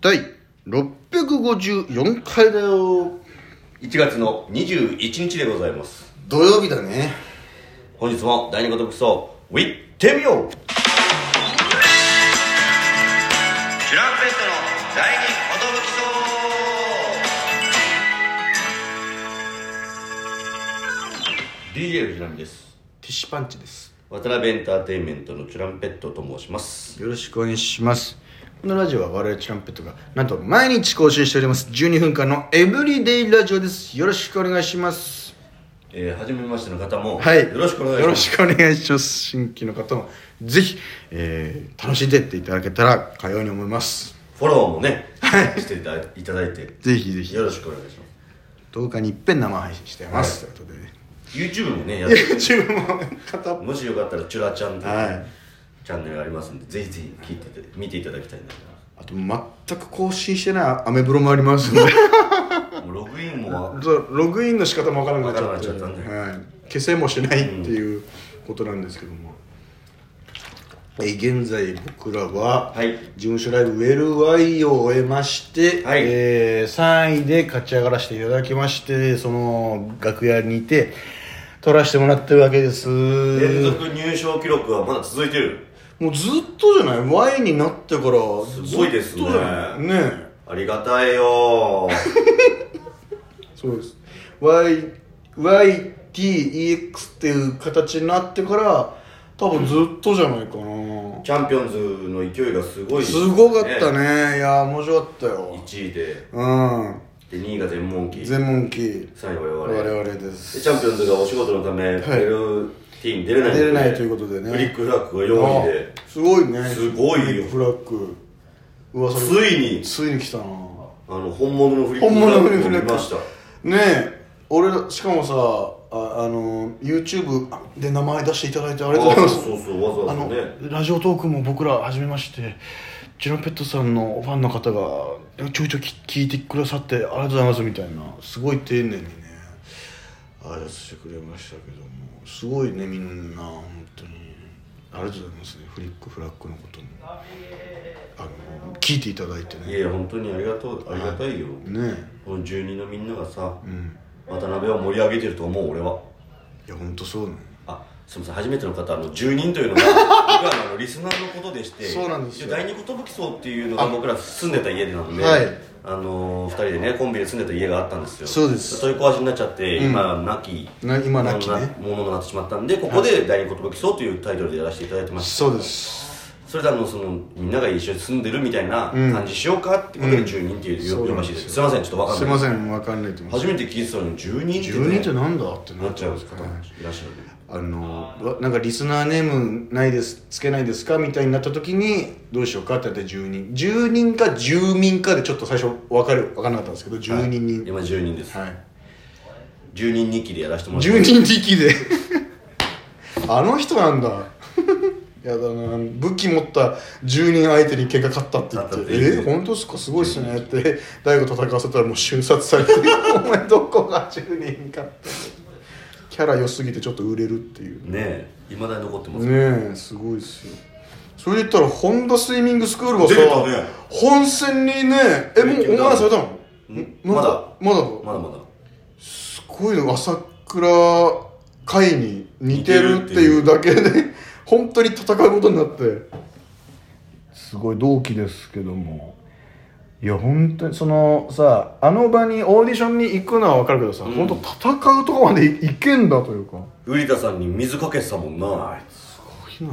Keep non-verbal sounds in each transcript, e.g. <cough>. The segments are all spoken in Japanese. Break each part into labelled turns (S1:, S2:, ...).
S1: 第654回だよ
S2: 1月の21日でございます
S1: 土曜日だね
S2: 本日も第二言特捜ウィッテみようチュランペットの第二言特捜 DJ 藤波です
S1: ティッシュパンチです
S2: 渡辺エンターテインメントのチュランペットと申します
S1: よろしくお願いしますこのラジオは我々チランペットがなんと毎日更新しております12分間のエブリデイラジオですよろしくお願いします
S2: えー、初めましての方も、
S1: はい
S2: よろしくお願いし
S1: よろ
S2: ま
S1: し
S2: す
S1: くお願いします新規の方もぜひ、えー楽しんでっていただけたらかように思います
S2: フォローもね、していただいただいて
S1: ぜひぜひ
S2: よろしくお願いします
S1: 10日に一遍生配信してます、ということで
S2: YouTube もねやってる
S1: YouTube も片っ
S2: もしよかったら「チュラちゃん」という、
S1: はい
S2: チャンネルがありますんでぜひぜひ聞いてて見ていただきたい
S1: あと全く更新してないアメブロもありますんで
S2: なもうログインも
S1: そうログインの仕方もわからなくなっちゃっ
S2: わ
S1: て
S2: からなくなっちゃっ
S1: は
S2: た
S1: い、消せもしないっていうことなんですけども、えー現在僕らは、
S2: はい
S1: 事務所ライブ「ウェルワイ」を終えまして、
S2: はい
S1: え3位で勝ち上がらせていただきましてその楽屋にいて撮らせてもらってるわけです
S2: 連続入賞記録はまだ続いてる
S1: もうずっとじゃない Y になってから
S2: すごいですね
S1: ずっとじゃないねえ
S2: ありがたいよ
S1: そうです Y YTEX っていう形になってから多分ずっとじゃないかな
S2: チャンピオンズの勢いがすごいです
S1: ごかったねいや面白かったよ
S2: 1位で
S1: うん
S2: で2位が全問期3
S1: 全問期
S2: 位我々
S1: 我々で
S2: ですチャンピオンズがお仕事のため、LT に出れない
S1: 出れないということでね
S2: フリックフラッグが4位です
S1: ごいね
S2: すごいよ
S1: フラッグ噂
S2: つ
S1: に
S2: いに
S1: ついに来たな
S2: あの本物のフリック
S1: 本
S2: フラ
S1: 物のフリ
S2: ッ
S1: ック
S2: グを
S1: フラッ
S2: 見
S1: グ
S2: ました
S1: ねえ俺らしかもさああの YouTube で名前出していただいてありがとうござい
S2: あ
S1: ます
S2: そうそうわざ
S1: あ
S2: わ
S1: の、
S2: ざね
S1: ラジオトークも僕ら初めましてジュランペットさんのファンの方がちょいちょいき聞いてくださってありがとうございますみたいなすごい丁寧にね挨拶してくれましたけどもすごいねみんな本当にありがとうございますねフリックフラッグのこともあの聞いていただいて
S2: い
S1: ね
S2: やいや本当にありがとうありがたいよ、
S1: ね
S2: この住人のみんながさ、
S1: ん
S2: 渡辺を盛り上げてると思う俺はい
S1: や本当そうね
S2: あすみません初めての方あの住人というのが
S1: <laughs>
S2: 僕はあのリスナーのことでして
S1: そうなんですよ
S2: 一応第二寿荘っていうのが僕ら住んでた家でなので、
S1: はい
S2: あのー、2人でねコンビで住んでた家があったんですよ
S1: そうです
S2: 取り壊しになっちゃって、
S1: ん
S2: 今亡き
S1: な今亡きね
S2: ものものになってしまったんでここで第二寿荘というタイトルでやらせていただいてます
S1: そうです
S2: それであのそのみんなが一緒に住んでるみたいな感じしようかってことで住人っていう
S1: う
S2: 呼
S1: ん
S2: びましいですすいませんちょっとわかん
S1: す
S2: ない
S1: いませんわかんないと思います
S2: 初めて聞いてたのに住人って、ね、
S1: 住人ってなんだって
S2: な
S1: な
S2: っ
S1: っ
S2: ち
S1: ち
S2: ゃ
S1: ゃ
S2: う
S1: うんん
S2: で
S1: ですすか
S2: か
S1: らら、
S2: ね
S1: ね
S2: いらっしゃるね
S1: あのわなんかリスナーネームないですつけないですかみたいになった時にどうしようかってなって住人住人か住民かでちょっと最初分かる分かんなかったんですけど住人に
S2: 今住人です、
S1: はい、
S2: 住人日記でやらせてもらって
S1: 住人力であの人なんだ <laughs> やだな武器持った住人相手に喧嘩勝ったって言って「
S2: 勝ったって言っ
S1: え
S2: て
S1: 本当ですかすごいっすね」って大悟戦わせたらもう瞬殺され
S2: <laughs>
S1: て「お前どこが住人か」ってキャラ良すぎてちょっと売れるっていう
S2: ねえいまだに残ってます、
S1: ねえすごいですよそれで言ったらホンダスイミングスクールはさ、
S2: 出てたね
S1: 本戦にねえも
S2: 出て
S1: う
S2: た
S1: お前されたの
S2: ん
S1: なんかまだ
S2: まだまだ
S1: すごいの朝倉海に似てるっていうだけで <laughs> 本当に戦うことになってすごい同期ですけどもいや本当にそのさあの場にオーディションに行くのは分かるけどさ、本当戦うとこまで行けんだというか
S2: 瓜田さんに水かけてたもんな
S1: すごいな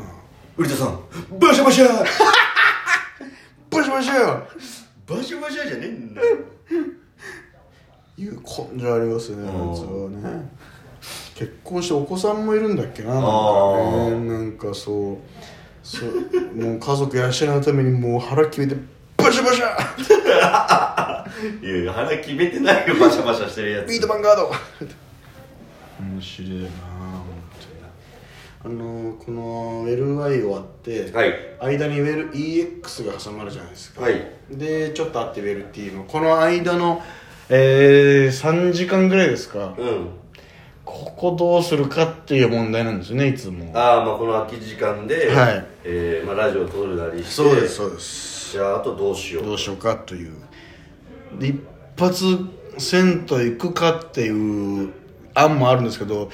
S2: 瓜田さんバシャバシャ
S1: バシバシよ
S2: バシャバシャじゃねえんだ
S1: いう根性ありますね
S2: うん
S1: あいつはね結婚してお子さんもいるんだっけななんか
S2: あー
S1: ねなんかそうそうもう家族養うためにもう腹決めてバシャバシャ
S2: いやいや腹決めてないよバシャバシャしてるやつ
S1: ビートバンガード面白いな本当にあのこの LY 終わって、
S2: はい
S1: 間にウェル EX が挟まるじゃないですか、
S2: はい
S1: でちょっとあってウェル T のこの間のえー、3時間ぐらいですか、
S2: うん
S1: ここどうするかっていう問題なんですよねいつも
S2: ああまあこの空き時間で、
S1: はい
S2: えーまあ、ラジオを撮るなりして
S1: そうですそうです
S2: じゃああとどうしよう
S1: どうしようかというで一発銭湯行くかっていう案もあるんですけど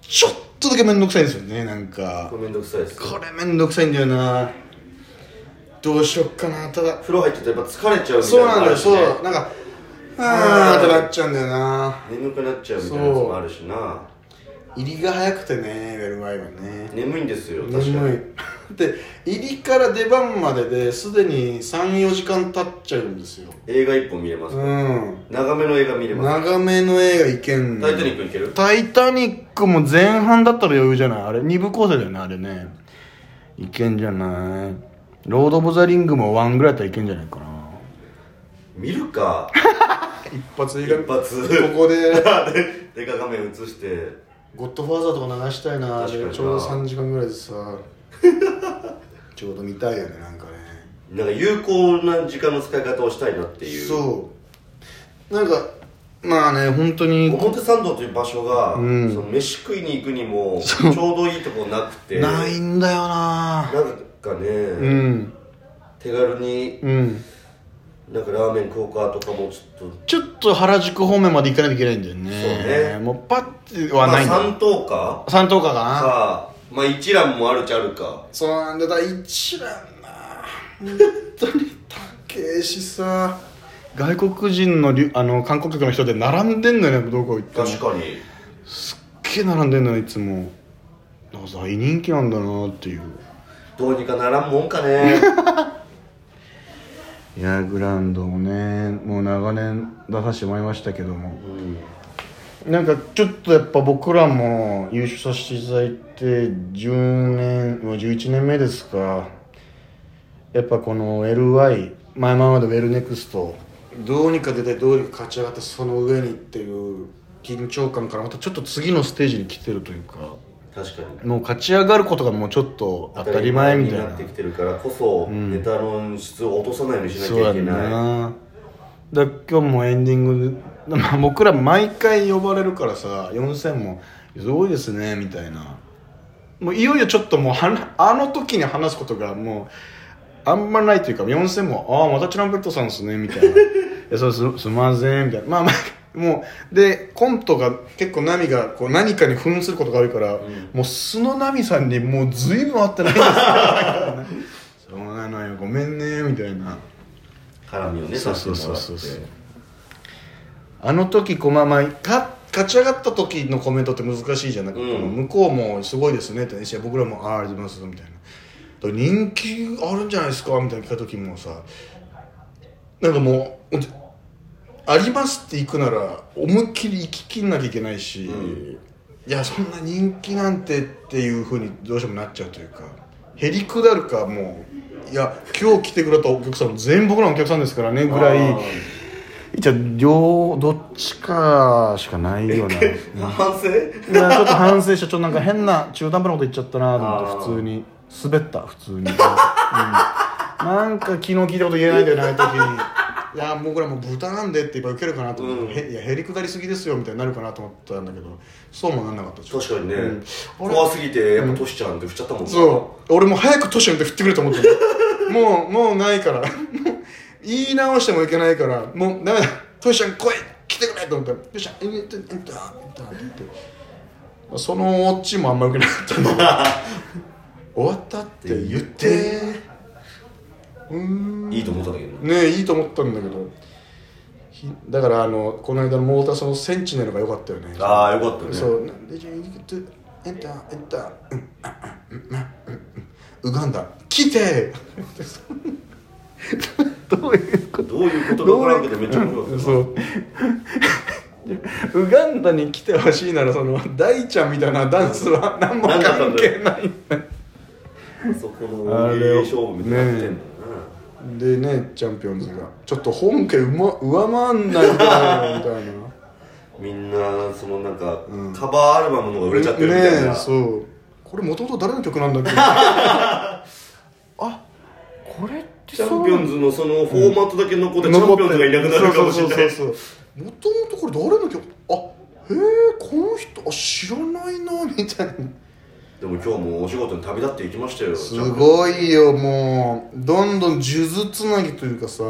S1: ちょっとだけ面倒くさいんですよねなんか
S2: これめんどくさいです
S1: これ面倒くさいんだよなどうしよっかなただ
S2: 風呂入ってたらやっぱ疲れちゃうみたいな
S1: そうなんだよ
S2: の
S1: そう
S2: あるしね
S1: なんかあーってなっちゃうんだよな
S2: 眠くなっちゃうみたいなやつもあるしな
S1: 入りが早くてね寝る前はね
S2: 眠いんですよ確かに
S1: 眠い <laughs> で入りから出番までですでに34時間経っちゃうんですよ
S2: 映画一本見れます、
S1: うん
S2: 長めの映画見れます
S1: 長めの映画いけんの
S2: タイタニックいける
S1: タイタニックも前半だったら余裕じゃないあれ2部構成だよねあれねいけんじゃないロード・オブ・ザ・リングも1ぐらいだったらいけんじゃないかな
S2: 見るか
S1: 一発映
S2: 一
S1: 画こ <laughs>
S2: 発
S1: こで
S2: でか画面映して
S1: 「ゴッドファーザー」とか流したいなあれ
S2: 確かにな
S1: ちょうど3時間ぐらいでさ <laughs> ちょうど見たいよねなんかね
S2: なんか有効な時間の使い方をしたいなっていう
S1: そうなんかまあね本当に
S2: 表参道という場所が、
S1: うん
S2: その飯食いに行くにもちょうどいいとこなくて
S1: ないんだよ
S2: な
S1: なん
S2: かね、
S1: うん
S2: 手軽に
S1: うん
S2: なんかラーメン食おうかとかもちょっと
S1: ちょっと原宿方面まで行かないといけないんだよね
S2: そうね
S1: もうパッてはないんだ
S2: まあ、三等か
S1: 三等かかな
S2: かまあ一覧もあるっちゃあるか
S1: そうなんだだから一覧な本当に高えしさ外国人のりゅあの観光客の人で並んでんのよねどこ行ってもす
S2: 確かに
S1: っげえ並んでんのよいつもだから大人気なんだなっていう
S2: どうにかならんもん
S1: <laughs>
S2: かね
S1: いやグランドもねもう長年出させてもらいましたけども
S2: うん
S1: なんかちょっとやっぱ僕らも優勝させていただいて10年もう11年目ですかやっぱこの LY 前々までウェルネクストどうにか出てどうにか勝ち上がってその上にっていう緊張感からまたちょっと次のステージに来てるというか
S2: 確かに
S1: もう勝ち上がることがもうちょっと当たり前みたい
S2: に
S1: な
S2: なってきてるからこそ、ネタの質を落とさないようにしな
S1: そう
S2: きゃ
S1: や
S2: いけ
S1: ん
S2: ない
S1: なだから今日もエンディングで、まあ、僕ら毎回呼ばれるからさ4000もすごいですねみたいなもういよいよちょっともうはなあの時に話すことがもうあんまないというか4000も「ああまたチランペットさんですね」みたいな「いやそうすすません」みたいなまあまあもうでコントが結構ナミがこう何かに扮することが多いから、もう素のナミさんにもう随分会ってないんですよ <laughs> そうなのよごめんねみたいな
S2: 絡みをね
S1: そう
S2: させて
S1: そう
S2: もらって
S1: そうそうあの時こうまあまあか勝ち上がった時のコメントって難しいじゃなくて、
S2: うん
S1: この向こうもすごいですねっていや僕らもああありがとうございますみたいなだから人気あるんじゃないですかみたいな聞いた時もさなんかもうありますって行くなら思いっきり行ききんなきゃいけないし、
S2: ん
S1: いやそんな人気なんてっていうふうにどうしてもなっちゃうというかへりくだるかもういや今日来てくれたお客さん全部僕らのお客さんですからねぐら
S2: あ
S1: いじゃあ両どっちかしかないよな
S2: ー反省
S1: いやちょっと反省したちょっとなんか変な中途半端なこと言っちゃったなと思っ
S2: あ
S1: て
S2: ー
S1: 普通に滑った普通に、うん、なんか昨日聞いたこと言えないんだよなあの時に <laughs> いや僕らもう豚なんでって言えば受けるかなと思って、
S2: う
S1: へいやへりくだりすぎですよみたいになるかなと思ったんだけどそうもなんなかったちょっと
S2: 確かにね、
S1: うん
S2: 怖すぎてやっぱトシちゃんって振っちゃったもんね
S1: そう俺も早く年なんて振ってくれと思ってるもうもうないからもう言い直してもいけないからもうダメだトシちゃん来い来てくれと思ってトシちゃんえっえっえっえっえっえっそのオチもあんまよくなかったんだ終わったって言ってうーん
S2: いいと思ったんだけどね
S1: ねえいいと思ったんだけどひだからあのこの間のモーターそのセンチネルが良かったよね
S2: ああよかったね
S1: そう、なんでじゃあ、エンター、エンター、うん、うん、うん、うん、うん、ウガンダ、来て。どういうこと。
S2: どういうことか分からんけどめっちゃ面白かった
S1: そう。 <laughs> ウガンダに来てほしいなら、その大ちゃんみたいなダンスは何も関係ない。
S2: そこのリレー勝負みたいになってんだよな
S1: でね、チャンピオンズが、ちょっと本家うま、上回んないからみたい <laughs> な。
S2: みんなそのなんか、
S1: うん
S2: カバーアルバムの方が売れちゃってるみたいな、
S1: ねえそうこれもともと誰の曲なんだっ <laughs> けあこれって
S2: チャンピオンズのそのフォーマットだけ残ってチャンピオンズがいなくなるかもしれない
S1: そうそうそうそうもともとこれ誰の曲あへえこの人あ知らないなみたいな
S2: でも今日もお仕事に旅立っていきましたよ
S1: すごいよもうどんどん数珠つなぎというかさ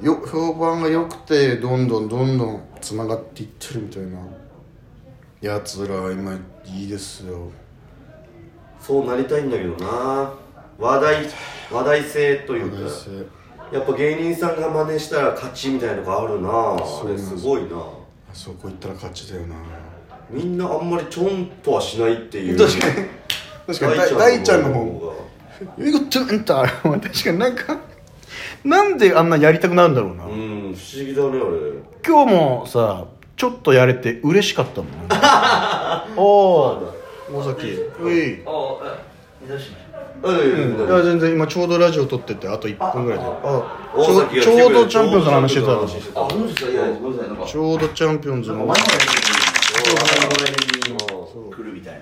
S1: よ評判が良くてどんどんどんどんつながっていってるみたいなやつら今いいですよ
S2: そうなりたいんだけどな話題話題性というか
S1: 私
S2: やっぱ芸人さんが真似したら勝ちみたいなのがあるなあ
S1: うなん
S2: れ
S1: です
S2: すごいな
S1: あそこ行ったら勝ちだよな
S2: みんなあんまりちょんとはしないっていう
S1: 確かに確かに大大ちゃんの方
S2: が
S1: 「よいこちゃんた」確かになんかなんであんなやりたくなるんだろうな、
S2: うん不思議だね
S1: 今日もさちょっとやれて嬉しかったもん <laughs> ねおお大崎うい
S3: ああえ水出し
S2: あれ
S1: うんいや全然今ちょうどラジオ撮っててあと1分ぐらいであ
S2: 大
S1: ちょう
S2: 崎
S1: ど
S2: が来
S1: ち
S2: て
S1: ょ
S2: くれ
S1: うどチャンピオンズの話してた
S2: ちょうどチャンピオンズの話して
S3: あ、ごめんなさい、いや、ごめんなさい、なんか。
S1: ちょうどチャンピオンズ
S3: なんか
S1: の
S3: 前までやってたのに、そう、このぐらいに来るみたいな。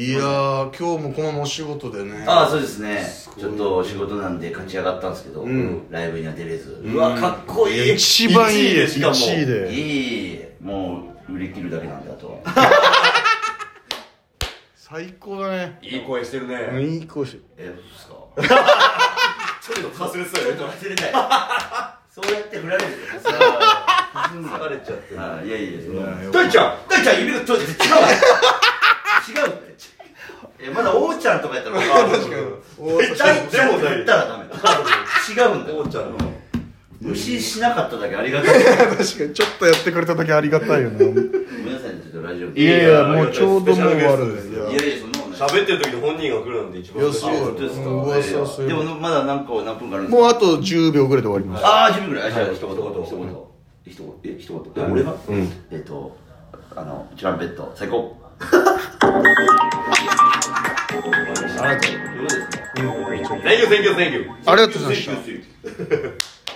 S1: いやー今日もこのままお仕事でね
S3: ああ、そうですね
S1: ご。い
S3: ちょっと仕事なんで勝ち上がったんですけど、
S1: ん
S3: ライブには出れず。うわ、かっこいい。
S1: 一番いい
S3: しかも
S1: 一位で
S3: いい。もう、売り切るだけなんだと。
S1: 最高だね
S2: いい声してるね
S1: うんいい声してる
S3: <laughs> え、そうですか。
S2: ちょっと忘れて
S3: ちょったと
S2: よ
S3: 忘れたい。 <laughs> そうやって振られるよ。さあ、
S2: 疲れちゃってる
S3: あいやいや、そんなもん。
S2: 大ちゃん
S3: 大ちゃん指が閉じて違うわ違うってえまだ王ちゃんとかやったら分かる
S1: 大崎
S3: 大ちゃんって言ったらダメだ違うんだよ
S2: 大ちゃんの
S3: 無視しなかっただけありがたい
S1: 確かにちょっとやってくれただけありがたいよね
S3: ごめんなさいねちょっとラジオ
S1: い
S3: いやい
S1: やい
S3: や
S1: やもうちょうどもう終わるねいや
S3: いやそんなもんね
S2: 喋ってる時に本人が来るなんて一番
S1: よし
S3: あ本当ですか
S1: うん噂をする
S3: でもまだ何個何分かあるんです
S1: もう
S3: か
S1: あと10秒ぐらいで終わります
S3: ああ10分ぐらいあじゃあ
S2: はい
S3: 一言一言一言一言え一言え
S2: はい
S3: 俺が
S2: うん
S3: えっとあのチュランペット最高ありがとうございます
S2: センキューセンキューセンキュー
S1: ありがとうございました
S2: センキューセンキュー